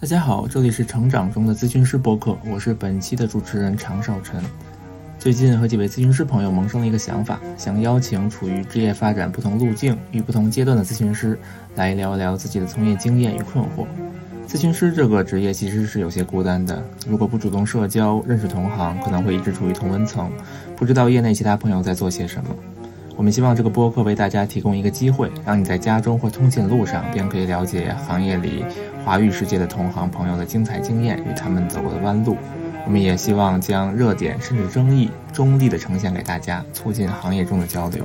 大家好，这里是成长中的咨询师播客，我是本期的主持人常少晨。最近和几位咨询师朋友萌生了一个想法，想邀请处于职业发展不同路径与不同阶段的咨询师来聊一聊自己的从业经验与困惑。咨询师这个职业其实是有些孤单的，如果不主动社交、认识同行，可能会一直处于同温层，不知道业内其他朋友在做些什么。我们希望这个播客为大家提供一个机会，让你在家中或通勤路上便可以了解行业里华语世界的同行朋友的精彩经验与他们走过的弯路。我们也希望将热点甚至争议中立的呈现给大家，促进行业中的交流。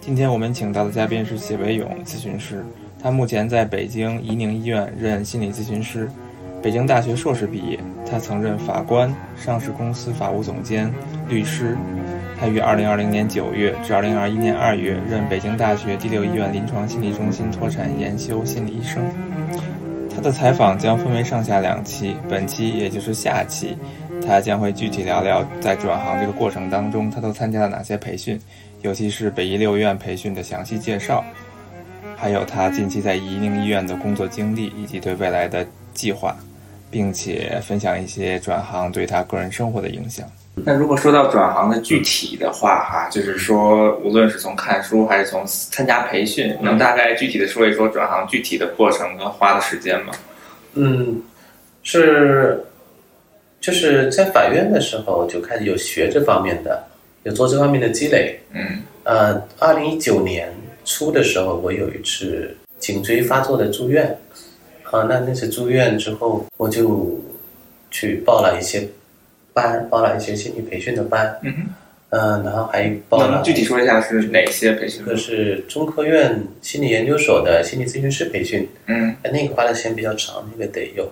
今天我们请到的嘉宾是谢维勇咨询师，他目前在北京怡宁医院任心理咨询师，北京大学硕士毕业。他曾任法官、上市公司法务总监、律师。他于2020年9月至2021年2月任北京大学第六医院临床心理中心脱产研修心理医生。他的采访将分为上下两期，本期也就是下期，他将会具体聊聊在转行这个过程当中，他都参加了哪些培训，尤其是北医六院培训的详细介绍，还有他近期在怡宁医院的工作经历以及对未来的计划，并且分享一些转行对他个人生活的影响。那如果说到转行的具体的话，哈，就是说，无论是从看书还是从参加培训，能大概具体的说一说转行具体的过程跟花的时间吗？嗯，是，就是在法院的时候就开始有学这方面的，有做这方面的积累。嗯呃，二零一九年初的时候，我有一次颈椎发作的住院，啊、那那次住院之后，我就去报了一些班，报了一些心理培训的班，嗯哼，嗯、然后还报了能具体说一下是哪些培训一吗个？是中科院心理研究所的心理咨询师培训，嗯，哎，那个花的时间比较长，那个得有，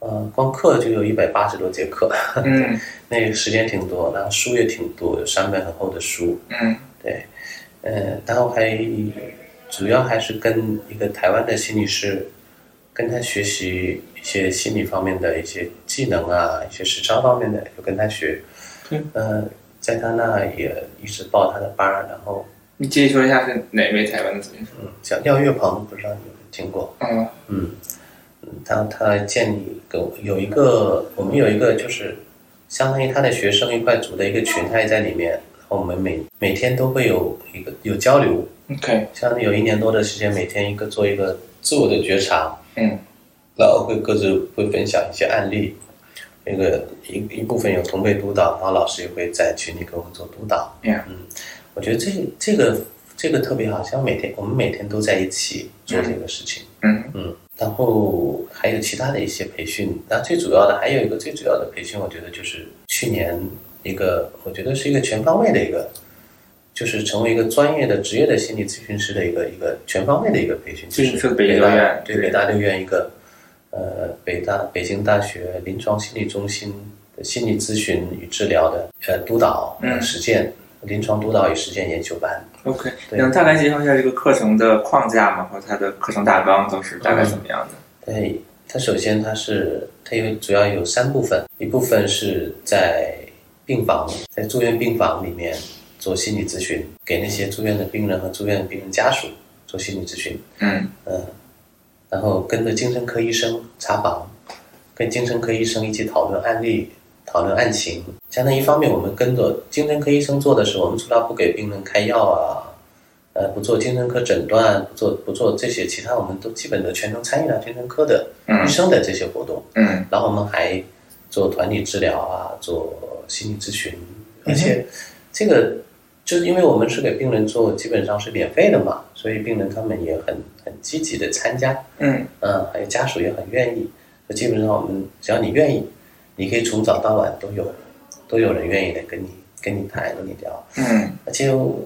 呃，光课就有一百八十多节课， 嗯那个时间挺多，然后书也挺多，有三本很厚的书，嗯对，呃，然后还主要还是跟一个台湾的心理师，跟他学习一些心理方面的一些技能啊，一些实操方面的，就跟他学，嗯呃，在他那也一直报他的班儿，然后你具体说一下是哪位台湾的咨询师？嗯，叫廖月鹏，不知道你有没有听过？嗯嗯，他他建立一个有一个，我们有一个就是相当于他的学生一块组的一个群，他也在里面。然后我们每每天都会有一个有交流， ，OK，相当于有一年多的时间，每天一个做一个自我的觉察，嗯然后会各自会分享一些案例。那个一一部分有同辈督导，然后老师也会在群里给我们做督导。 Yeah 嗯，我觉得这这个这个特别好，像每天我们每天都在一起做这个事情。嗯嗯，然后还有其他的一些培训，那最主要的还有一个最主要的培训，我觉得就是去年一个，我觉得是一个全方位的一个，就是成为一个专业的职业的心理咨询师的一个一个全方位的一个培训，就就是是北北医大六院对北大六院一个，呃，北大北京大学临床心理中心的心理咨询与治疗的呃督导、呃嗯实践临床督导与实践研修班， ，OK，对能大概介绍一下这个课程的框架吗？或者它的课程大纲都是大概怎么样的？对，哎它首先它是它有主要有三部分，一部分是在病房，在住院病房里面做心理咨询，给那些住院的病人和住院病人家属做心理咨询，嗯嗯，然后跟着精神科医生查房，跟精神科医生一起讨论案例。讨论案情，相当于一方面，我们跟着精神科医生做的时候，我们除了不给病人开药啊，呃，不做精神科诊断，不做不做这些，其他我们都基本都全程参与了精神科的嗯医生的这些活动，嗯然后我们还做团体治疗啊，做心理咨询，而且这个就是因为我们是给病人做，基本上是免费的嘛，所以病人他们也很很积极的参加，嗯嗯，还有家属也很愿意，就基本上我们只要你愿意，你可以从早到晚都有都有人愿意来跟你跟你谈跟你聊，嗯而且我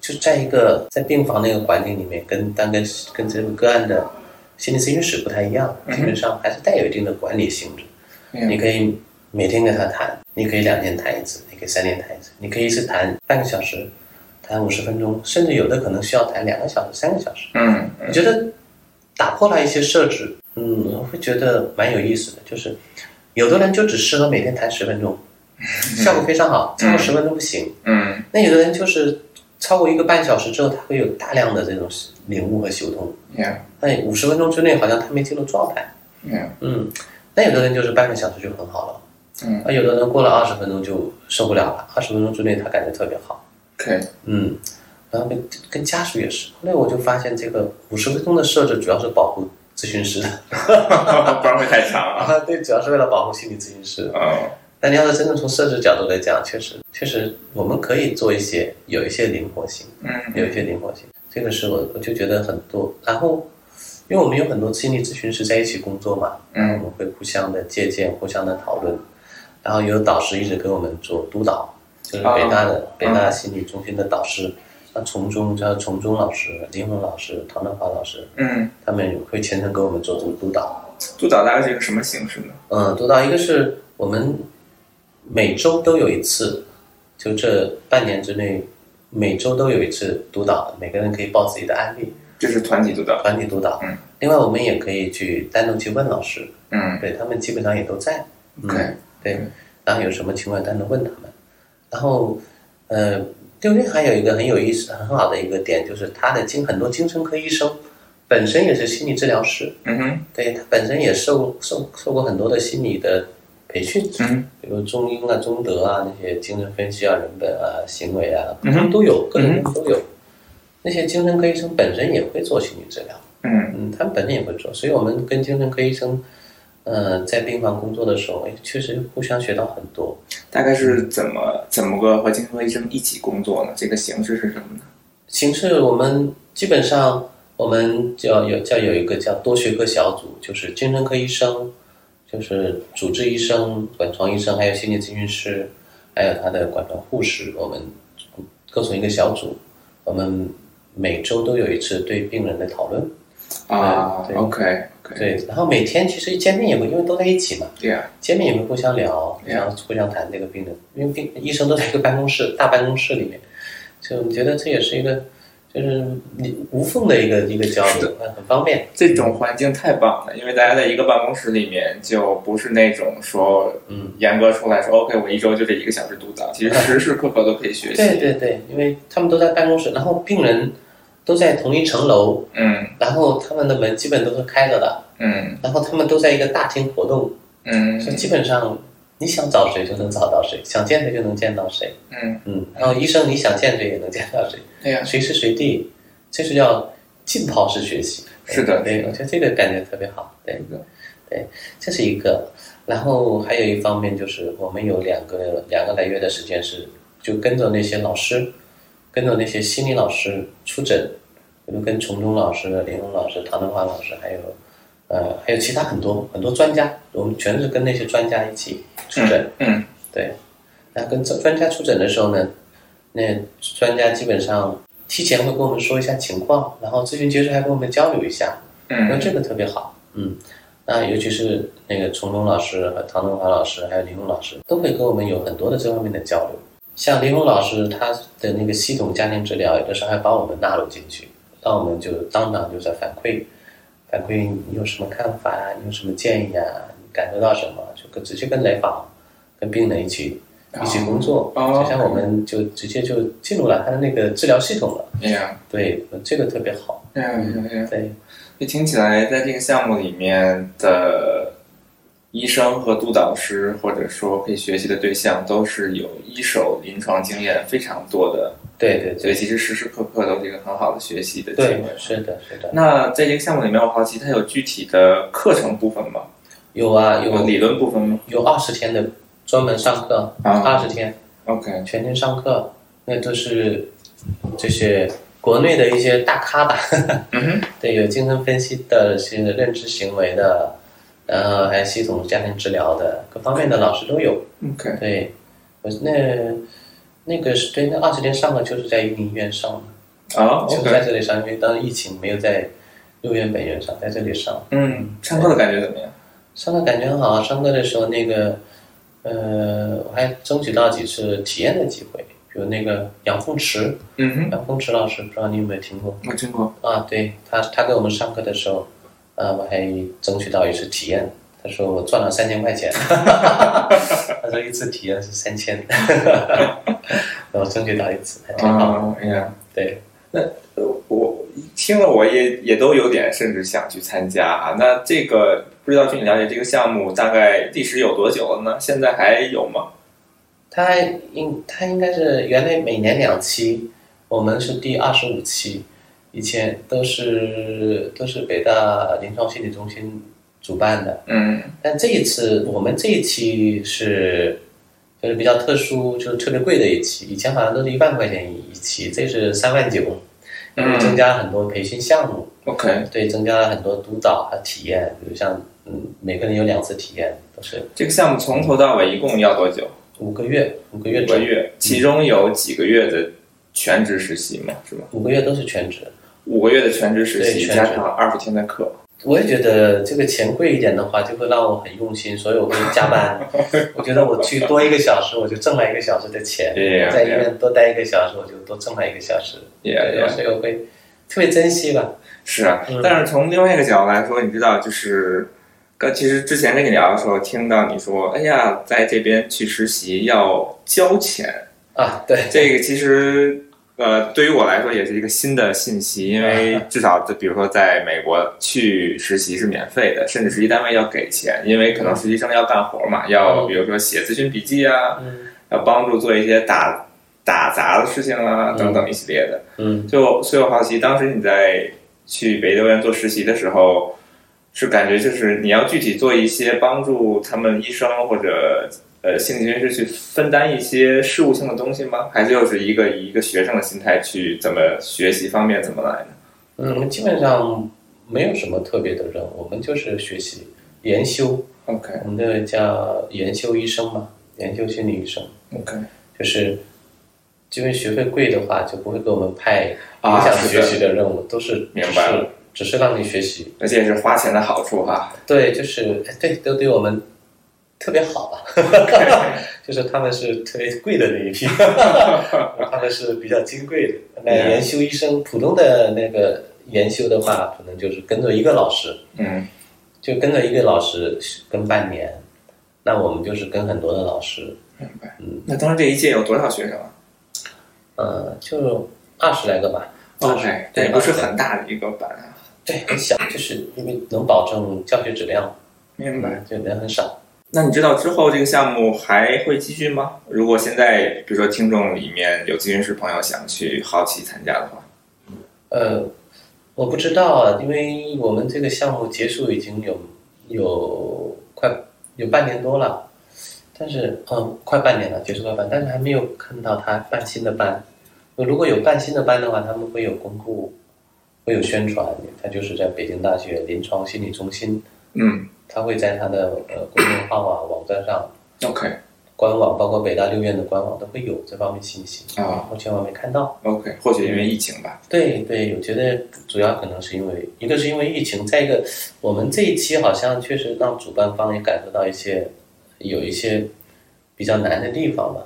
就在一个在病房那个环境里面，跟但跟跟这个个案的心理咨询室不太一样，嗯哼基本上还是带有一定的管理性质。你嗯可以每天跟他谈，你可以两天谈一次，你可以三天谈一次，你可以一次谈半个小时，谈五十分钟，甚至有的可能需要谈两个小时、三个小时。嗯我觉得打破了一些设置，嗯，我会觉得蛮有意思的。就是有的人就只适合每天谈十分钟，效果非常好，超过十分钟不行。嗯那有的人就是超过一个半小时之后，他会有大量的这种领悟和修通。哎，Yeah，那五十分钟之内好像他没进入状态，嗯嗯，那有的人就是半个小时就很好了，嗯啊，有的人过了二十分钟就受不了了，二十分钟之内他感觉特别好， ，OK，嗯，然后跟跟家属也是，后来我就发现这个五十分钟的设置主要是保护咨询师的， 不然会太长啊。啊， 对，主要是为了保护心理咨询师。嗯但你要是真的从设置角度来讲，确实确实我们可以做一些有一些灵活性，有嗯一些灵活性，这个是我我就觉得很多。然后，因为我们有很多心理咨询师在一起工作嘛，然后嗯我们会互相的借鉴，互相的讨论，然后有导师一直给我们做督导，就是北大的、啊北大心理中心的导师，像从中像从中老师、林红老师、唐德华老师，嗯，他们也会全程给我们做这个督导。督导大概是一个什么形式呢？嗯，督导一个是我们每周都有一次，就这半年之内，每周都有一次督导，每个人可以报自己的案例，这是团体督导。团体督导。嗯。另外，我们也可以去单独去问老师，嗯对他们基本上也都在。嗯，OK，对嗯，然后有什么情况单独问他们。然后，呃，六院还有一个很有意思、很好的一个点，就是他的精很多精神科医生本身也是心理治疗师，嗯哼，对他本身也受受受过很多的心理的培训，嗯比如中英啊、中德啊那些精神分析啊、人本啊、行为啊，嗯哼都有，各种嗯人都有。那些精神科医生本身也会做心理治疗，嗯嗯，他们本身也会做，所以我们跟精神科医生，呃，在病房工作的时候，哎，确实互相学到很多。大概是怎么怎么个和精神科医生一起工作呢？这个形式是什么呢？形式我们基本上我们叫有叫有一个叫多学科小组，就是精神科医生，就是主治医生、管床医生，还有心理咨询师，还有他的管床护士，我们构成一个小组，我们每周都有一次对病人的讨论，啊对，OK OK，对，然后每天其实见面也会，因为都在一起嘛，对啊呀，见面也会互相聊，互相互相谈这个病人，因为病医生都在一个办公室 大办公室里面，所以我们觉得这也是一个就是你无缝的一个一个交是流，很方便。这种环境太棒了，因为大家在一个办公室里面，就不是那种说嗯，严格出来说 OK，我一周就这一个小时督导，其实时时刻刻都可以学习。对对对，因为他们都在办公室，然后病人都在同一层楼，嗯然后他们的门基本都是开着的，嗯然后他们都在一个大厅活动，嗯所以基本上你想找谁就能找到谁，想见谁就能见到谁。嗯，嗯，然后医生你想见谁也能见到谁。对呀，随时随地，这是叫浸泡式学习。是的对，是的我觉得这个感觉特别好。对，是的这是一个。然后还有一方面就是，我们有两个两个来月的时间是就跟着那些老师，跟着那些心理老师出诊，比如跟崇中老师、林红老师、唐德华老师，还有呃还有其他很多很多专家，我们全是跟那些专家一起出诊。嗯对，那跟专专家出诊的时候呢，那专家基本上提前会跟我们说一下情况，然后咨询结束还跟我们交流一下，那嗯这个特别好，嗯。那尤其是那个崇中老师和唐东华老师，还有林红老师，都会跟我们有很多的这方面的交流。像林红老师，他的那个系统家庭治疗，有的时候还把我们纳入进去，让我们就当场就在反馈，反馈你有什么看法啊，你有什么建议啊，你感受到什么，就跟直接跟来访，跟病人一起一起工作，哦就像我们就直接就进入了他的那个治疗系统了。对呀对，这个特别好。对呀对呀，对，就听起来在这个项目里面的呃医生和督导师，或者说可以学习的对象，都是有一手临床经验非常多的，对对所对以，其实时时刻刻都是一个很好的学习的机对会，。是的，是的。那在这个项目里面，我好奇它有具体的课程部分吗？有啊，有有理论部分吗有二十天的专门上课，二啊十天？OK，全天上课，那都是这些国内的一些大咖吧，嗯对，有精神分析的、是认知行为的，呃，还有系统家庭治疗的，各方面的老师都有。哼，OK，对，我那那个是对，那二十天上课就是在云林医院上的，啊就是在，OK，这里上，因为当时疫情没有在六院本院上，在这里上。嗯，上课的感觉怎么样？上课感觉很好，啊，上课的时候那个，呃，我还争取到几次体验的机会，比如那个杨凤池，嗯杨凤池老师，不知道你有没有听过哼，我听过，啊？对他，他给我们上课的时候，呃，我还争取到一次体验，他说我赚了三千块钱， 他说一次体验是三千， 然后争取到一次，还挺好。啊，哎呀，呃对，我听了我也也都有点，甚至想去参加啊。那这个不知道据你了解，这个项目大概历史有多久了呢？现在还有吗？它应它应该是原来每年两期，我们是第二十五期，以前都是都是北大临床心理中心主办的，嗯但这一次我们这一期是就是比较特殊，就是特别贵的一期，以前好像都是一万块钱一期，这是三万九，因为增加了很多培训项目， ，OK，对，增加了很多督导和体验，比如像嗯每个人有两次体验，都是这个项目从头到尾一共要多久？五个月五个月嗯五个左右，月，其中有几个月的全职实习嘛，是吧？五个月都是全职。五个月的全职实习对全职加上二十天的课，我也觉得这个钱贵一点的话，就会让我很用心，所以我会加班。 我觉得我去多一个小时，我就挣了一个小时的钱； Yeah, 在医院多待一个小时，我就多挣了一个小时。也对，所以我会特别珍惜吧。是啊嗯，但是从另外一个角度来说，你知道，就是刚其实之前跟你聊的时候，听到你说，哎呀，在这边去实习要交钱，啊，对，这个其实呃，对于我来说也是一个新的信息，因为至少就比如说在美国去实习是免费的，甚至实习单位要给钱，因为可能实习生要干活嘛，要嗯比如说写咨询笔记啊，嗯要帮助做一些打打杂的事情啊，嗯等等一系列的。嗯，就所以我好奇，当时你在去北邮园做实习的时候，是感觉就是你要具体做一些帮助他们医生或者呃心理咨询师去分担一些事务性的东西吗？还是又是一个以一个学生的心态去怎么学习方面怎么来呢？嗯，我们基本上没有什么特别的任务，我们就是学习研修， ？OK 我们这个叫研修医生嘛，研究心理医生， OK 就是因为学费贵的话，就不会给我们派影啊，响是学习的，的任务，都是明白了只是，只是让你学习。而且也是花钱的好处 哈。对，就是哎对，都对我们特别好吧，就是他们是特别贵的那一批， 他们是比较金贵的。那 Yeah 研修医生，普通的那个研修的话，可能就是跟着一个老师，嗯就跟着一个老师跟半年。那我们就是跟很多的老师，那当时这一届有多少学生啊呃，就二十来个吧。 ？OK，这也哦不是很大的一个班啊。对，很小，就是因为能保证教学质量，明白。就人很少。那你知道之后这个项目还会继续吗？如果现在比如说听众里面有咨询师朋友想去好奇参加的话，呃，我不知道啊，因为我们这个项目结束已经有有快有半年多了，但是嗯，快半年了，结束快半，但是还没有看到他办新的班。如果有办新的班的话，他们会有公布，会有宣传。他就是在北京大学临床心理中心，嗯他会在他的呃公众号啊、网站上、 ，OK 官网，包括北大六院的官网都会有这方面信息。啊目前我还没看到。 OK，或许因为疫情吧，对对，我觉得主要可能是因为一个是因为疫情，再一个我们这一期好像确实让主办方也感受到一些有一些比较难的地方吧。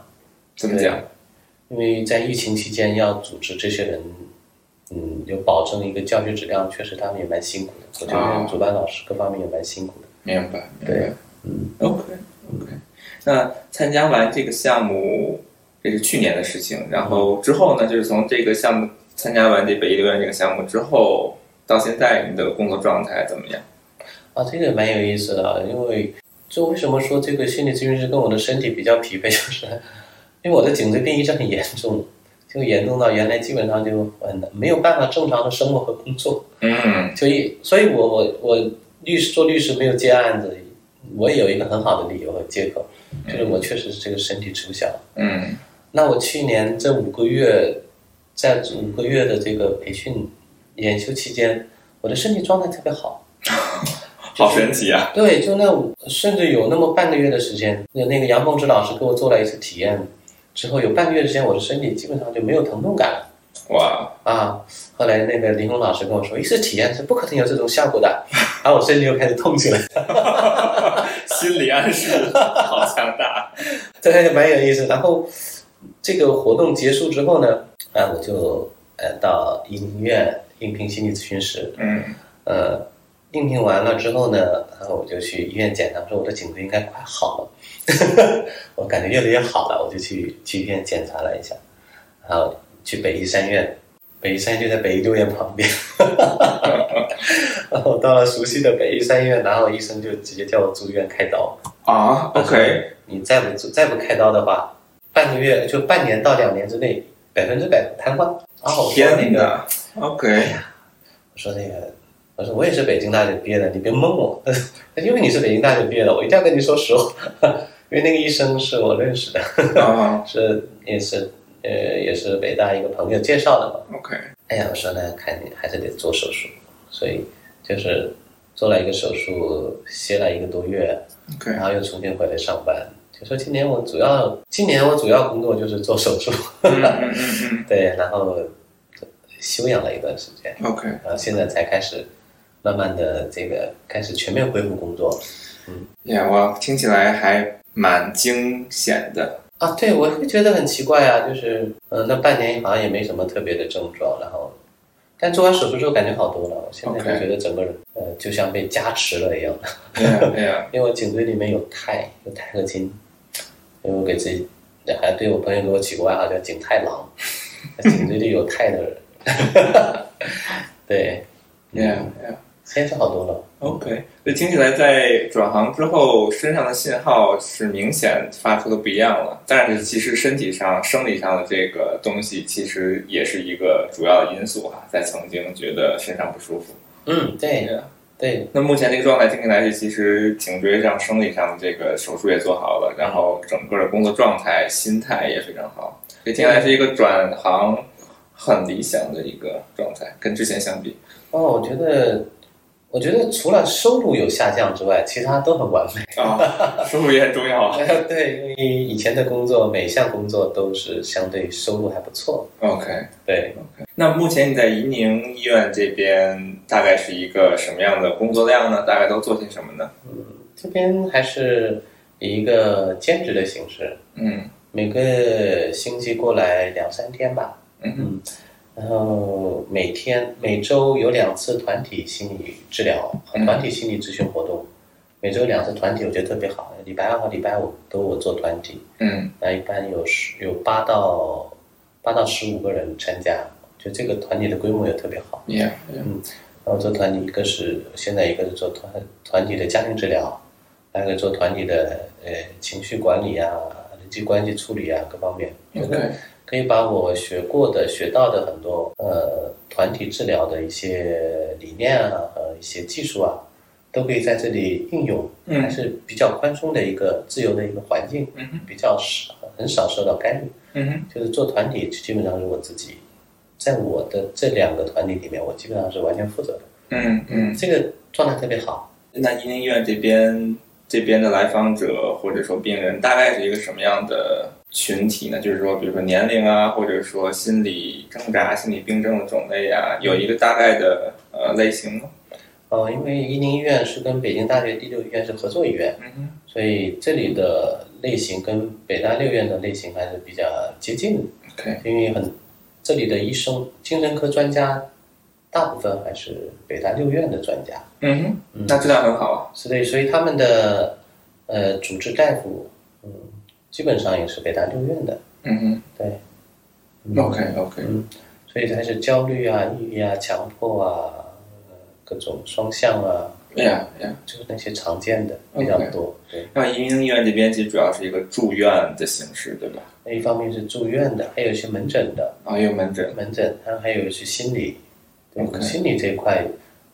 怎么讲？因为在疫情期间要组织这些人，嗯，有保证一个教学质量，确实他们也蛮辛苦的。我觉啊得主办老师各方面也蛮辛苦的。明白，明白对，嗯，OK OK。那参加完这个项目，这是去年的事情，然后之后呢，就是从这个项目参加完这北医留院这个项目之后，到现在你的工作状态怎么样？啊，这个蛮有意思的啊，因为就为什么说这个心理咨询师跟我的身体比较匹配， 就是因为我的颈椎病一直很严重，就严重到原来基本上就很难没有办法正常的生活和工作，嗯所以所以我我我律师做律师没有接案子，我也有一个很好的理由和借口，就是我确实是这个身体吃不消。嗯那我去年这五个月，在五个月的这个培训研修期间，我的身体状态特别好。好神奇啊！对，就那五甚至有那么半个月的时间，那那个杨凤芝老师给我做了一次体验，之后有半个月的时间，我的身体基本上就没有疼痛感了哇，啊。后来那个林红老师跟我说，一次体验是不可能有这种效果的，然后我身体又开始痛起来， 心理暗示好强大。对，蛮有意思。然后这个活动结束之后呢，啊，我就呃到医院应聘心理咨询师，嗯呃，应聘完了之后呢，然后我就去医院检查，我说我的颈椎应该快好了， 我感觉越来越好了，我就去去医院检查了一下，然后 去北医三院，北医三院就在北医六院旁边，然后到了熟悉的北医三医院，然后医生就直接叫我住院开刀。啊，OK，你再不做再不开刀的话，半个月就半年到两年之内，百分之百瘫痪。然后我说那天个，哪，OK，我说那个，我说我也是北京大学毕业的，你别蒙我， 因为你是北京大学毕业的，我一定要跟你说实话， 因为那个医生是我认识的，啊是也是呃也是北大一个朋友介绍的嘛。 ，OK，哎呀，我说那看你还是得做手术，所以就是做了一个手术，歇了一个多月， OK 然后又重新回来上班。就说今年我主要，今年我主要工作就是做手术， 嗯嗯嗯对，然后休养了一段时间，嗯，OK，然后现在才开始慢慢的这个开始全面恢复工作呀，我听起来还蛮惊险的，啊。对，我会觉得很奇怪啊，就是嗯、呃那半年好像也没什么特别的症状，然后但做完手术之后感觉好多了，我现在 OK 就觉得整个人呃就像被加持了一样。 哎呀哎呀，因为我颈椎里面有钛，有钛合金，因为我给自己，还对我朋友给我起过外号叫“景太郎”，颈椎里有钛的人。 对，哎呀哎呀。现在就好多了。 OK，所以听起来在转行之后，身上的信号是明显发出的不一样了。但是其实身体上、生理上的这个东西，其实也是一个主要的因素哈、在曾经觉得身上不舒服。嗯，对对，那目前这个状态听起来是，其实颈椎上、生理上的这个手术也做好了，然后整个的工作状态、心态也非常好。所以听起来是一个转行很理想的一个状态，跟之前相比。哦，我觉得，我觉得除了收入有下降之外，其他都很完美。 啊、收入也很重要啊。对，因为以前的工作，每项工作都是相对收入还不错。 OK。对， 那目前你在宜宁医院这边大概是一个什么样的工作量呢？大概都做些什么呢？这边还是以一个兼职的形式，嗯每个星期过来两三天吧，嗯然后每天每周有两次团体心理治疗、嗯团体心理咨询活动，每周有两次团体我觉得特别好，礼拜二和礼拜五都我做团体，嗯那一般呃有十有八到八到十五个人参加，就这个团体的规模也特别好。 ，Yeah，然后做团体，一个是现在一个是做团团体的家庭治疗，还有一个做团体的呃情绪管理啊、人际关系处理啊各方面。嗯 OK 可以把我学过的、学到的很多呃团体治疗的一些理念啊和一些技术啊，都可以在这里应用，嗯还是比较宽松的一个自由的一个环境，嗯哼比较少很少受到干预。嗯哼就是做团体，基本上是我自己，在我的这两个团体里面，我基本上是完全负责的。嗯嗯。这个状态特别好。那宜宁医院这边这边的来访者或者说病人大概是一个什么样的群体呢？就是说，比如说年龄啊，或者说心理挣扎、心理病症的种类啊，有一个大概的呃类型吗？呃，因为伊宁医院是跟北京大学第六医院是合作医院，嗯哼所以这里的类型跟北大六院的类型还是比较接近的。 ，OK，因为很这里的医生、精神科专家，大部分还是北大六院的专家，嗯哼，嗯那质量很好啊。所以所以他们的呃主治大夫，嗯，基本上也是北大六院的，嗯对。哼，OK OK，嗯，所以还是焦虑啊、抑郁啊、强迫啊、呃各种双向啊， Yeah Yeah。就是那些常见的比较多。对，那移民医院这边其实主要是一个住院的形式，对吧？那一方面是住院的，还有一些门诊的，啊，有门诊。门诊，它还有是心理，对 OK 心理这一块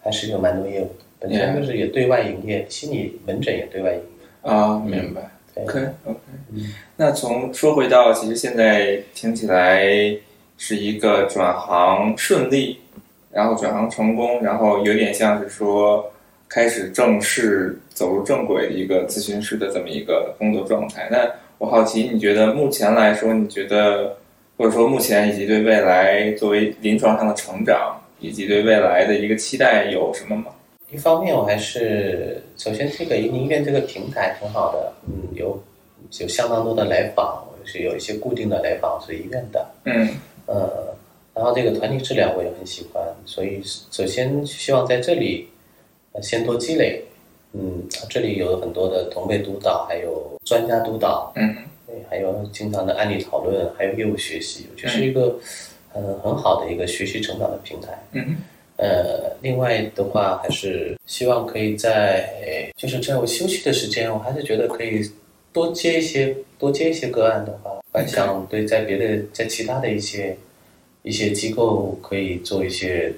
还是有蛮多业务的，本身就是也对外营业，心理门诊也对外营业。啊，明白。对 OK OK 嗯。那从说回到，其实现在听起来是一个转行顺利，然后转行成功，然后有点像是说开始正式走入正轨的一个咨询师的这么一个工作状态。那我好奇，你觉得目前来说，你觉得或者说目前以及对未来作为临床上的成长，以及对未来的一个期待有什么吗？一方面，我还是首先这个移民医院这个平台挺好的，嗯，有有相当多的来访，是有一些固定的来访是医院的，嗯呃，然后这个团体治疗我也很喜欢，所以首先希望在这里，呃，先多积累，嗯，这里有很多的同辈督导，还有专家督导，嗯对，还有经常的案例讨论，还有业务学习，我觉得是一个呃很好的一个学习成长的平台。嗯呃，另外的话还是希望可以在呃就是在我休息的时间，我还是觉得可以多接一些多接一些个案的话，反想对在别的在其他的一些一些机构可以做一些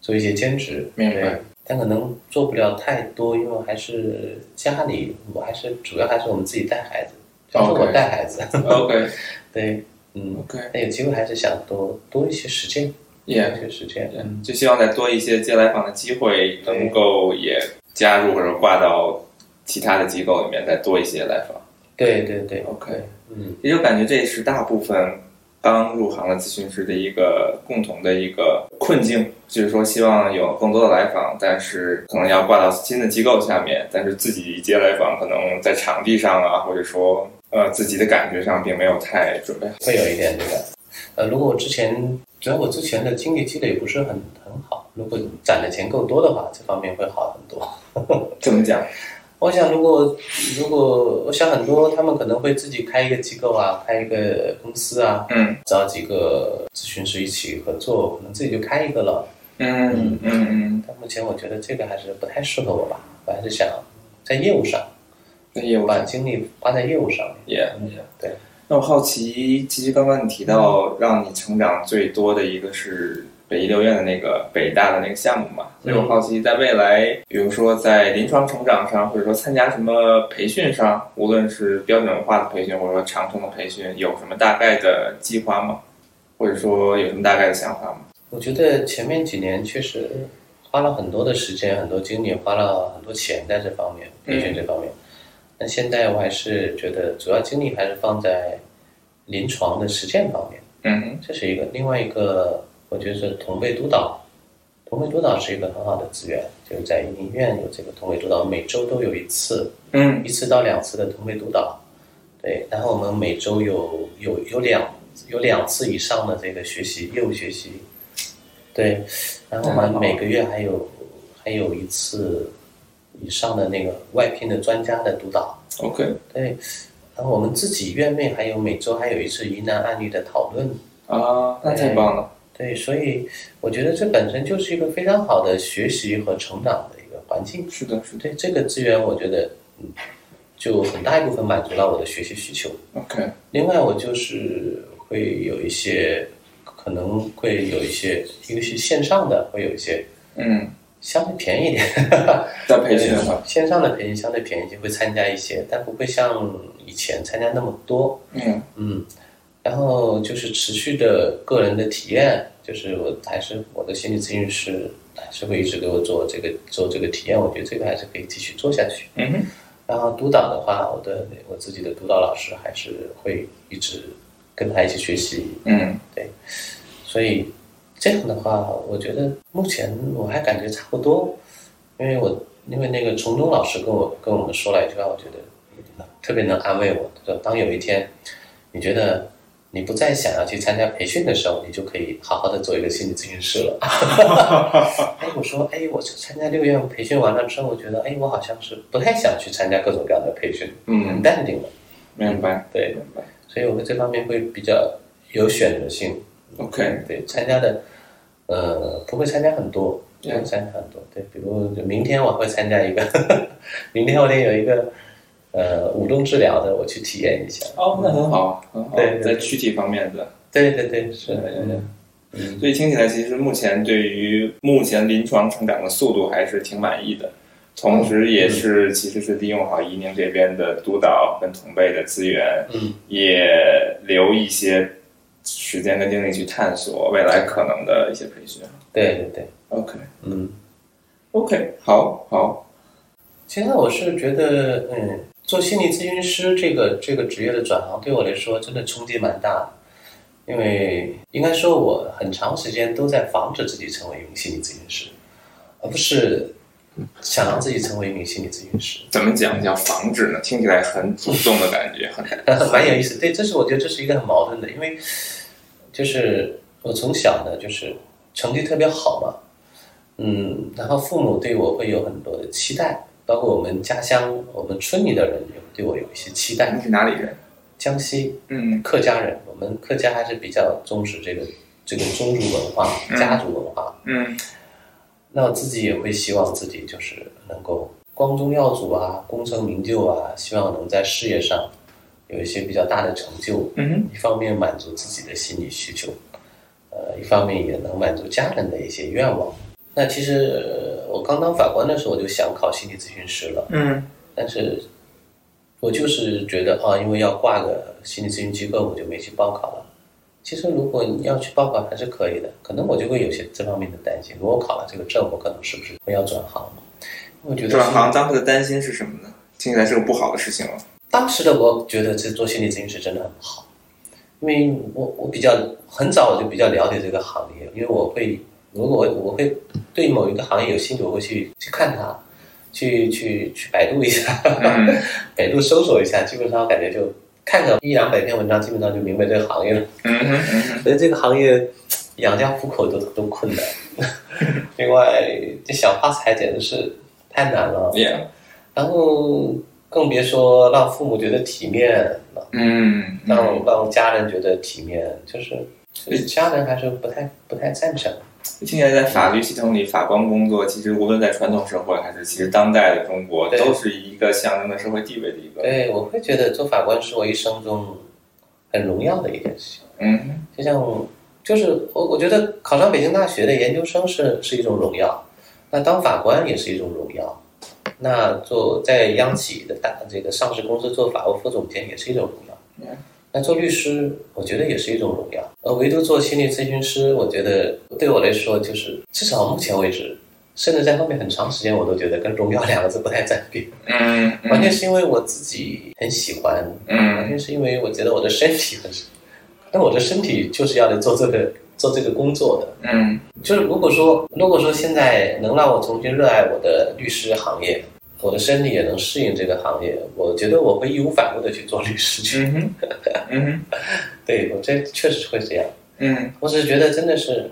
做一些兼职，明白对。但可能做不了太多，因为还是家里，我还是主要还是我们自己带孩子，主要是我 OK 带孩子。 OK 对，嗯， OK，那有机会还是想多多一些时间，多 Yeah 一些时间。嗯，就希望再多一些接来访的机会，能够也加入或者挂到其他的机构里面，再多一些来访。对对对， OK，嗯，也就感觉这也是大部分刚入行的咨询师的一个共同的一个困境，就是说希望有更多的来访，但是可能要挂到新的机构下面，但是自己接来访可能在场地上啊，或者说呃自己的感觉上并没有太准备好。会有一点这个。呃，如果我之前，主要我之前的经历积累不是很很好，如果攒的钱够多的话，这方面会好很多。怎么讲？我想，如果如果我想很多，他们可能会自己开一个机构啊，开一个公司啊，嗯找几个咨询师一起合作，可能自己就开一个了。嗯嗯嗯，但目前我觉得这个还是不太适合我吧，我还是想在业务上那业务把上精力花在业务上面。也。嗯，对，那我好奇，其实刚刚你提到让你成长最多的一个是北医六院的那个北大的那个项目嘛，所以我好奇，在未来，比如说在临床成长上，或者说参加什么培训上，无论是标准化的培训，或者说长程的培训，有什么大概的计划吗？或者说有什么大概的想法吗？我觉得前面几年确实花了很多的时间、很多精力，花了很多钱在这方面培训这方面。但现在我还是觉得主要精力还是放在临床的实践方面，嗯哼，这是一个。另外一个，我觉得是同辈督导，同辈督导是一个很好的资源，就是在医院有这个同辈督导，每周都有一次。嗯一次到两次的同辈督导，对，然后我们每周有有有两有两次以上的这个学习业务学习，对，然后我嗯们每个月还有还有一次以上的那个外聘的专家的督导， ，OK，对，然后我们自己院内还有每周还有一次疑难案例的讨论，啊，那太棒了，对，所以我觉得这本身就是一个非常好的学习和成长的一个环境。是的，是的对这个资源，我觉得，嗯，就很大一部分满足了我的学习需求。 ，OK，另外，我就是会有一些，可能会有一些，一个是线上的，会有一些嗯，相对便宜一点，在培训上， 线上的培训相对便宜一些，会参加一些，但不会像以前参加那么多。嗯嗯，然后就是持续的个人的体验，就是我还是我的心理咨询师还是会一直给我做这个做这个体验，我觉得这个还是可以继续做下去。嗯哼，然后督导的话，我的我自己的督导老师还是会一直跟他一起学习，嗯所以这样的话，我觉得目前我还感觉差不多，因为我因为那个崇中老师跟我跟我们说了一句话，我觉得特别能安慰我，他说当有一天你觉得你不再想要去参加培训的时候，你就可以好好的做一个心理咨询师了。哎，我说，哎，我参加六院培训完了之后，我觉得，哎，我好像是不太想去参加各种各样的培训，很嗯，淡定了。明白，对，明白所以我们这方面会比较有选择性。 ，OK，对，参加的，呃，不会参加很多，不会嗯参加很多。对，比如明天我会参加一个， 明天我得有一个，呃，舞动治疗的，我去体验一下。哦，那很好，很好，对在对躯体方面的，对对对，是对对对的，嗯，所以听起来其实目前对于目前临床成长的速度还是挺满意的，同时也嗯是其实是利用好宜宁这边的督导跟同辈的资源，嗯，也留一些时间跟精力去探索未来可能的一些培训。对对对， OK 嗯， OK，好好，其实我是觉得，嗯，做心理咨询师这个这个职业的转行，对我来说真的冲击蛮大的。因为应该说，我很长时间都在防止自己成为一名心理咨询师，而不是想让自己成为一名心理咨询师。怎么讲叫防止呢？听起来很主动的感觉，很 蛮有意思。对，这是我觉得这是一个很矛盾的，因为就是我从小呢，就是成绩特别好嘛，嗯，然后父母对我会有很多的期待，包括我们家乡、我们村里的人有对我有一些期待你。是哪里人？江西嗯客家人，我们客家还是比较重视这个这个宗族文化、家族文化，嗯那我自己也会希望自己就是能够光宗耀祖啊，功成名就啊，希望能在事业上有一些比较大的成就。嗯哼，一方面满足自己的心理需求，呃，一方面也能满足家人的一些愿望。那其实呃我刚当法官的时候，我就想考心理咨询师了，嗯但是我就是觉得啊，因为要挂个心理咨询机构，我就没去报考了。其实如果你要去报考还是可以的，可能我就会有些这方面的担心。如果我考了这个证，我可能是不是会要转行？我觉得是转行当时的担心是什么呢？听起来是个不好的事情了。当时的我觉得这做心理咨询师真的很好，因为我我比较很早我就比较了解这个行业，因为我会如果我我会对某一个行业有兴趣，我会去去看它，去去去百度一下，嗯 百度搜索一下，基本上我感觉就看个一两百篇文章，基本上就明白这个行业了。嗯哼嗯哼，所以这个行业养家糊口都都困难， 另外这想发财简直是太难了，也然后更别说让父母觉得体面了。嗯，让让家人觉得体面，就是就是家人还是不太不太赞成。听起来在法律系统里，法官工作其实无论在传统社会还是其实当代的中国，对都是一个象征的社会地位的一个。对，我会觉得做法官是我一生中很荣耀的一件事情。嗯哼就像我就是我，我觉得考上北京大学的研究生是是一种荣耀，那当法官也是一种荣耀，那做在央企的大这个上市公司做法务副总监也是一种荣耀。那做律师，我觉得也是一种荣耀。而唯独做心理咨询师，我觉得对我来说，就是至少目前为止，甚至在后面很长时间，我都觉得跟荣耀两个字不太 沾边。嗯完嗯全是因为我自己很喜欢，完嗯全是因为我觉得我的身体很，但我的身体就是要来做这个做这个工作的。嗯就是如果说如果说现在能让我重新热爱我的律师行业，我的身体也能适应这个行业，我觉得我会义无反顾的去做律师 去。嗯哼嗯对我这确实会这样。哼嗯我只是觉得真的是，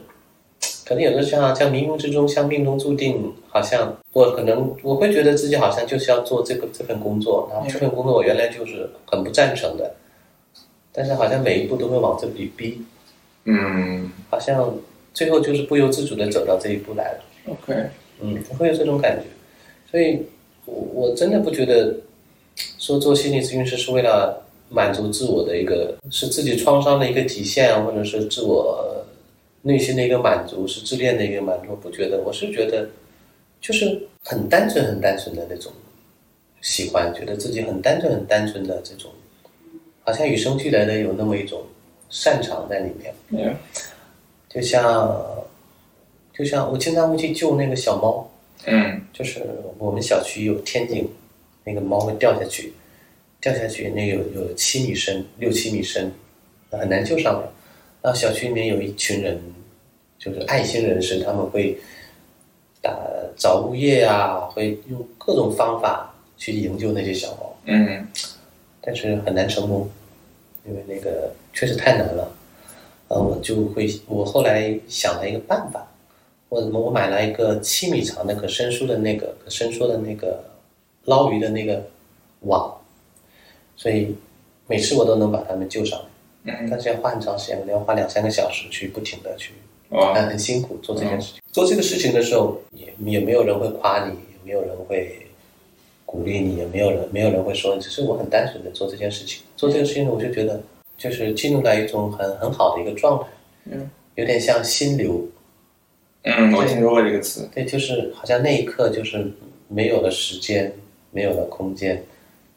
可能有的时候啊像冥冥之中，像命中注定，好像我可能我会觉得自己好像就是要做这个这份工作，然后这份工作我原来就是很不赞成的，但是好像每一步都会往这里逼，嗯好像最后就是不由自主的走到这一步来了， ，OK，嗯，我会有这种感觉，所以我我真的不觉得说做心理咨询师是为了。满足自我的一个是自己创伤的一个极限，或者是自我内心的一个满足，是自恋的一个满足，不觉得，我是觉得就是很单纯、很单纯的那种喜欢，觉得自己很单纯、很单纯的这种，好像与生俱来的有那么一种擅长在里面。 Yeah. 就像就像我经常会去救那个小猫，嗯就是我们小区有天井，那个猫会掉下去，掉下去那有有七米深，六七米深，呃很难救上来。那小区里面有一群人，就是爱心人士，他们会打找物业啊，会用各种方法去营救那些小猫，嗯但是很难成功，因为那个确实太难了。呃，我就会，我后来想了一个办法，我我买了一个七米长的可伸缩的那个可伸缩的那个捞鱼的那个网，所以每次我都能把它们救上来，嗯，但是要花很长时间，可能要花两三个小时去不停的去，哇，但很辛苦做这件事情。做这个事情的时候，也也没有人会夸你，也没有人会鼓励你，也没有人没有人会说你，只是我很单纯的做这件事情。做这个事情，我就觉得就是进入到一种很很好的一个状态，嗯，有点像心流。嗯，我听说过这个词，对，就是好像那一刻就是没有了时间，没有了空间，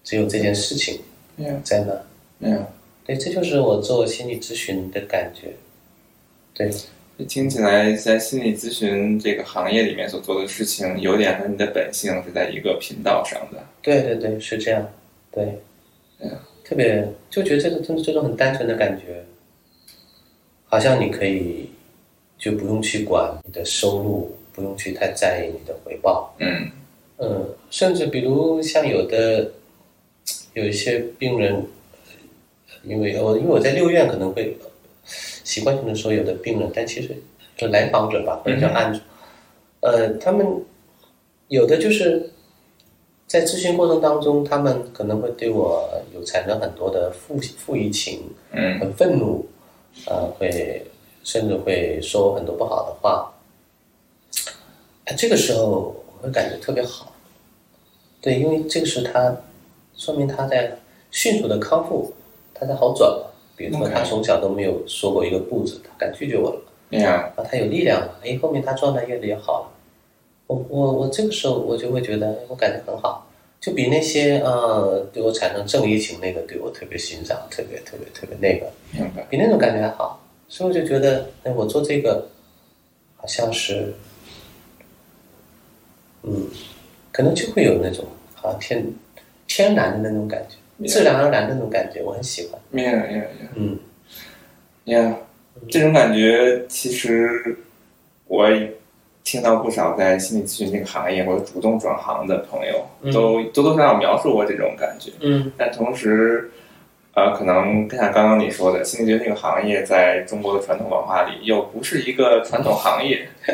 只有这件事情嗯在那。嗯，对，这就是我做心理咨询的感觉。对，听起来在心理咨询这个行业里面所做的事情，有点和你的本性是在一个频道上的。对对对，是这样。对，嗯，特别就觉得这种真的这种很单纯的感觉，好像你可以就不用去管你的收入，不用去太在意你的回报，嗯嗯，甚至比如像有的有一些病人，因为我因为我在六院可能会习惯性的说有的病人，但其实就来访者吧，或者叫案主，呃，他们有的就是在咨询过程当中，他们可能会对我有产生很多的负负移情，嗯很愤怒，呃，会甚至会说我很多不好的话，哎，这个时候我会感觉特别好，对，因为这个时候他说明他在迅速的康复，他在好转了。比如说 OK 他从小都没有说过一个不字，他敢拒绝我了，呀，啊，他有力量了，哎，后面他状态越来越好了。我我我这个时候我就会觉得哎我感觉很好，就比那些呃对我产生正义情那个对我特别欣赏，特别特别特别那个，明白。比那种感觉还好，所以我就觉得，哎，我做这个好像是，嗯，可能就会有那种好像天天然的那种感觉， Yeah. 自然而然的那种感觉，我很喜欢。呀呀呀嗯，呀，这种感觉其实我听到不少在心理咨询这个行业或者主动转行的朋友嗯都多多少少描述过这种感觉。嗯但同时，呃，可能就像刚刚你说的，心理学这个行业在中国的传统文化里又不是一个传统行业，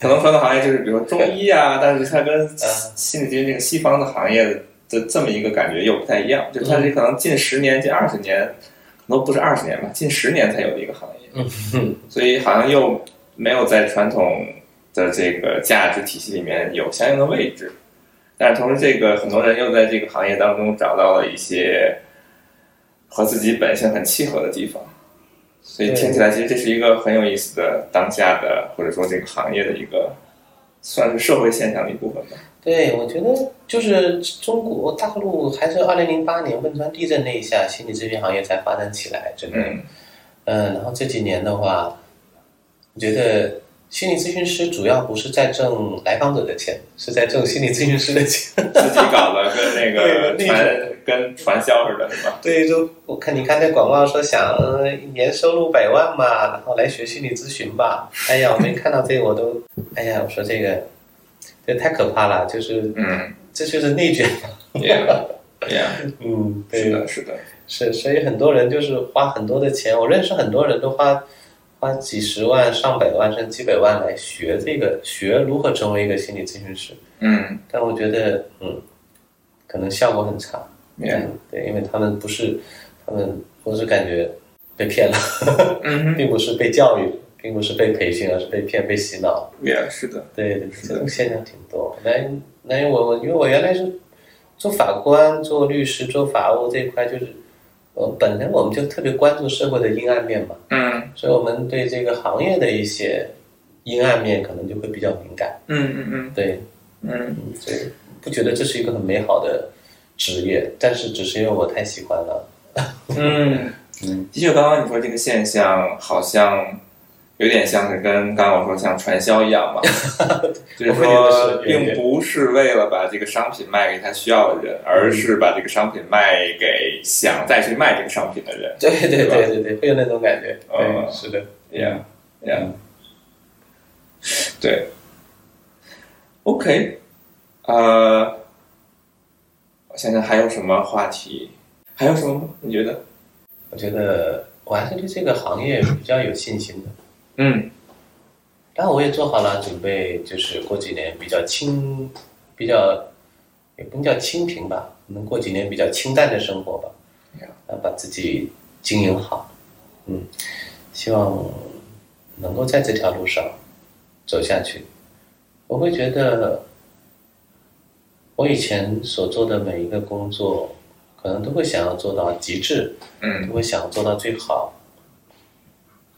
可能传统行业就是比如说中医啊，但是它跟心理学这个西方的行业的这么一个感觉又不太一样，就它这可能近十年、近二十年，可能不是二十年吧，近十年才有的一个行业，嗯所以好像又没有在传统的这个价值体系里面有相应的位置。但是同时，这个很多人又在这个行业当中找到了一些和自己本性很契合的地方，所以对听起来其实这是一个很有意思的当下的或者说这个行业的一个算是社会现象的一部分吧。对，我觉得就是中国大陆还是二零零八年汶川地震那一下，心理咨询行业才发展起来，真的。嗯嗯，然后这几年的话，我觉得心理咨询师主要不是在挣来访者的钱，是在挣心理咨询师的钱。自己搞的跟那个对那传跟传销似的，是吧？对，就我看你看那广告说想呃年收入百万嘛，然后来学心理咨询吧。哎呀，我没看到这个我都， 哎呀，我说这个这太可怕了，就是嗯，这就是内卷。也也嗯，是的，是的，是，所以很多人就是花很多的钱，我认识很多人都花花几十万、上百万甚至几百万来学这个，学如何成为一个心理咨询师。嗯，但我觉得，嗯，可能效果很差。也嗯对，因为他们不是，他们我是感觉被骗了，嗯并不是被教育，并不是被培训，而是被骗、被洗脑。也是的，对，对是的这种现象挺多。那那因为我我因为我原来是做法官、做律师、做法务这一块，就是呃，本来我们就特别关注社会的阴暗面嘛，嗯所以我们对这个行业的一些阴暗面可能就会比较敏感。嗯嗯对，嗯嗯，嗯所以不觉得这是一个很美好的职业，但是只是因为我太喜欢了。嗯，嗯的确，刚刚你说这个现象好像有点像是跟刚刚我说像传销一样嘛，就是说并不是为了把这个商品卖给他需要的人，而是把这个商品卖给想再去卖这个商品的人。对对对吧对对对，会有那种感觉。嗯对，是的。 Yeah, yeah，对，OK，呃，我想想还有什么话题，还有什么吗？你觉得？我觉得我还是对这个行业比较有信心的。嗯然后我也做好了准备，就是过几年比较清，比较也不能叫清贫吧，可能过几年比较清淡的生活吧 Yeah.，啊，把自己经营好，嗯，希望能够在这条路上走下去。我会觉得，我以前所做的每一个工作，可能都会想要做到极致，嗯都会想做到最好。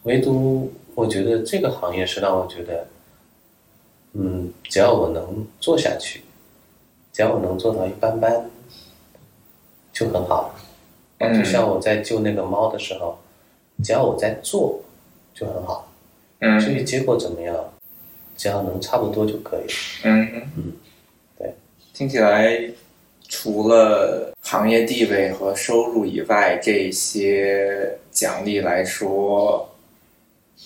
唯独我觉得这个行业是让我觉得，嗯，只要我能做下去，只要我能做到一般般，就很好了。嗯就像我在救那个猫的时候，只要我在做，就很好。至嗯于结果怎么样，只要能差不多就可以。嗯嗯对，听起来除了行业地位和收入以外，这些奖励来说，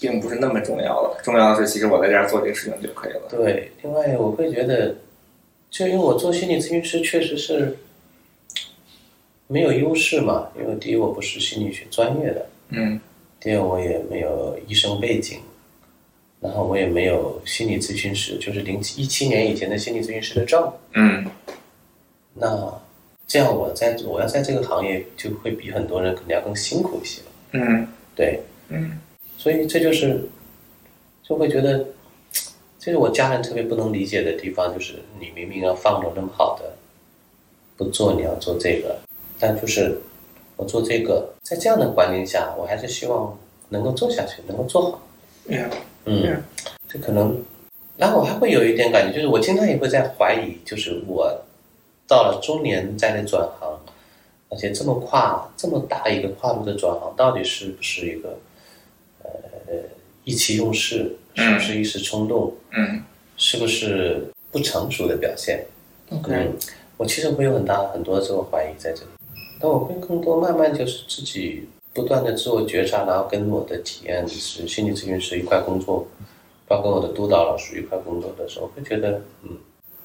并不是那么重要了。重要的是，其实我在这儿做这个事情就可以了。对，另外我会觉得，就因为我做心理咨询师确实是没有优势嘛，因为第一我不是心理学专业的，嗯第二我也没有医生背景，然后我也没有心理咨询师，就是零一七年以前的心理咨询师的证。嗯那这样我在我要在这个行业就会比很多人可能要更辛苦一些，嗯对，嗯所以这就是就会觉得这是我家人特别不能理解的地方，就是你明明要放着那么好的，不做你要做这个，但就是我做这个，在这样的环境下，我还是希望能够做下去，能够做好。嗯嗯，这可能，然后我还会有一点感觉，就是我经常也会在怀疑，就是我到了中年再来转行，而且这么跨这么大一个跨度的转行，到底是不是一个呃意气用事，嗯是不是一时冲动，嗯是不是不成熟的表现？ ，OK，嗯，我其实会有很大很多这种怀疑在这里，但我会更多慢慢就是自己不断的自我觉察，然后跟我的体验是心理咨询师一块工作，包括我的督导老师一块工作的时候，我会觉得，嗯，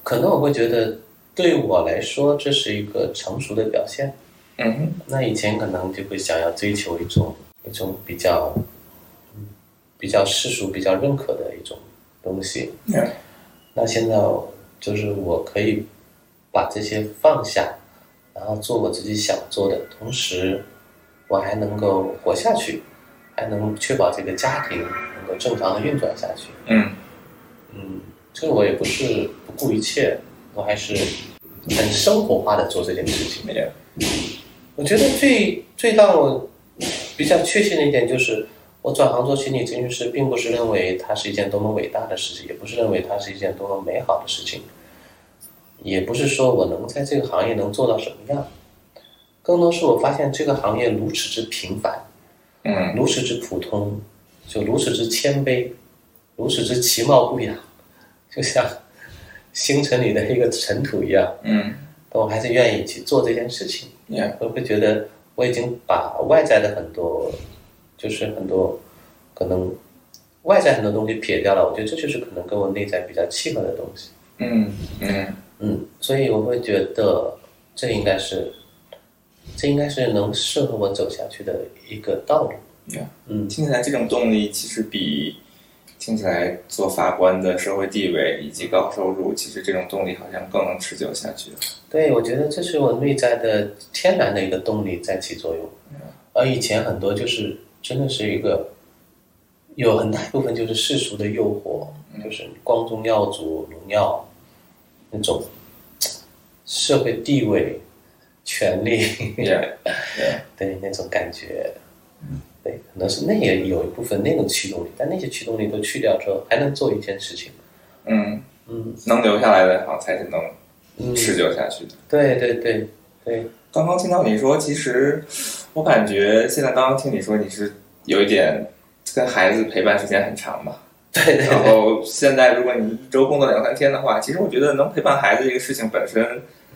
可能我会觉得对我来说这是一个成熟的表现。嗯哼，那以前可能就会想要追求一种一种比较，嗯，比较世俗、比较认可的一种东西，嗯那现在我就是我可以把这些放下，然后做我自己想做的，同时我还能够活下去，还能确保这个家庭能够正常的运转下去。嗯嗯，就是我也不是不顾一切，我还是很生活化的做这件事情。 ，yeah，我觉得最最让我比较确信的一点就是，我转行做心理咨询师，并不是认为它是一件多么伟大的事情，也不是认为它是一件多么美好的事情，也不是说我能在这个行业能做到什么样，更多是我发现这个行业如此之平凡，嗯如此之普通，就如此之谦卑，如此之其貌不扬，就像星辰里的一个尘土一样，嗯但我还是愿意去做这件事情。 ，yeah，我会觉得我已经把外在的很多，就是很多可能外在很多东西撇掉了，我觉得这就是可能跟我内在比较契合的东西。嗯嗯嗯，所以我会觉得这应该是，这应该是能适合我走下去的一个道路。 ，yeah。嗯听起来这种动力其实比听起来做法官的社会地位以及高收入，其实这种动力好像更能持久下 去。对，我觉得这是我内在的天然的一个动力在起作用，而以前很多就是真的是一个，有很大一部分就是世俗的诱惑，就是光宗耀祖、荣耀那种社会地位、权力， Yeah, yeah, 对那种感觉，对，可能是那也有一部分那种驱动力，但那些驱动力都去掉之后，还能做一件事情，嗯，嗯能留下来的好像才是能嗯，持久下去的。对对对对，刚刚听到你说，其实我感觉现在刚刚听你说，你是有一点跟孩子陪伴时间很长吧？ 对对然后现在如果你一周工作两三天的话，其实我觉得能陪伴孩子这个事情本身，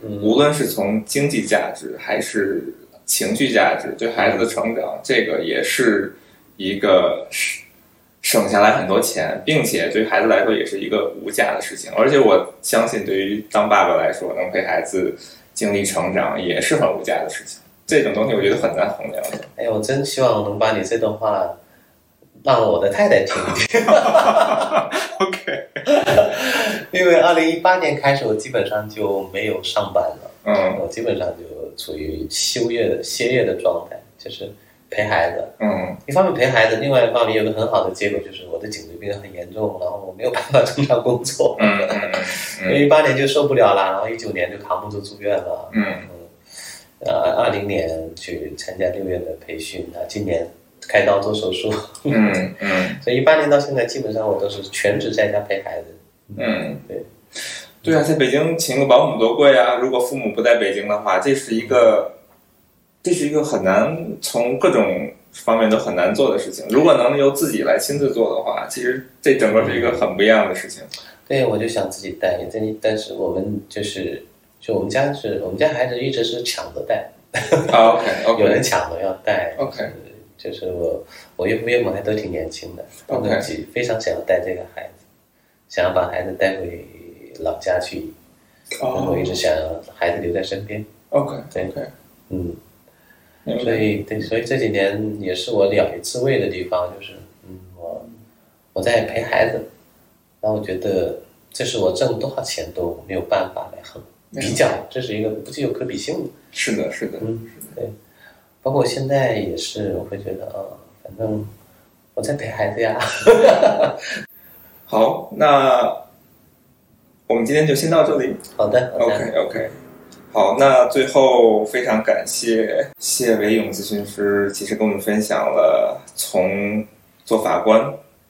嗯无论是从经济价值还是情绪价值，对孩子的成长，这个也是一个省省下来很多钱，并且对孩子来说也是一个无价的事情。而且我相信，对于当爸爸来说，能陪孩子经历成长也是很无价的事情。这种东西我觉得很难衡量的。哎，我真希望能把你这段话让我的太太听一听， OK， 因为二零一八年开始，我基本上就没有上班了，嗯我基本上就处于休业的歇业的状态，就是陪孩子。嗯一方面陪孩子，另外一方面有个很好的结果就是我的颈椎病很严重，然后我没有办法正常工作，嗯嗯因为一八年就受不了了，然后一九年就扛不住住院了，嗯嗯呃，二零年去参加六月的培训，啊，今年开刀做手术。嗯嗯所以一八年到现在，基本上我都是全职在家陪孩子。嗯，对。对啊，在北京请个保姆多贵啊！如果父母不在北京的话，这是一个，这是一个很难从各种方面都很难做的事情。如果能由自己来亲自做的话，其实这整个是一个很不一样的事 情。对，我就想自己带，但但是我们就是，就我们家是我们家孩子一直是抢着带，啊 OK 有人 OK 抢着要带。 OK 就是我，我岳父岳母还都挺年轻的，他 OK 们自己非常想要带这个孩子，想要把孩子带回老家去，然后一哦直想要孩子留在身边。 OK 对 OK，嗯，明所白。以对，所以这几年也是我了以自慰的地方，就是嗯，我我在陪孩子，然后我觉得这是我挣多少钱都没有办法来衡比较，这是一个不具有可比性的。是的，是的，嗯，对，包括我现在也哦是，我会觉得啊、反正我在陪孩子呀。好，那我们今天就先到这里。好的，好的 OK OK，好，那最后非常感谢谢维勇咨询师，其实跟我们分享了从做法官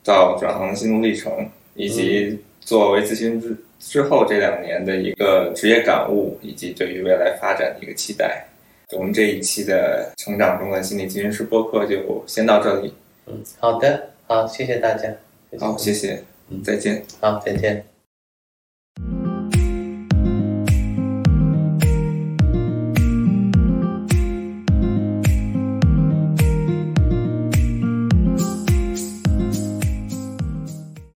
到转行的心路历程，以及作为咨询之之后这两年的一个职业感悟，以及对于未来发展的一个期待。我们这一期的成长中的心理咨询师播客就先到这里，嗯，好的，好，谢谢大家，好，谢谢，嗯再见。好，再见。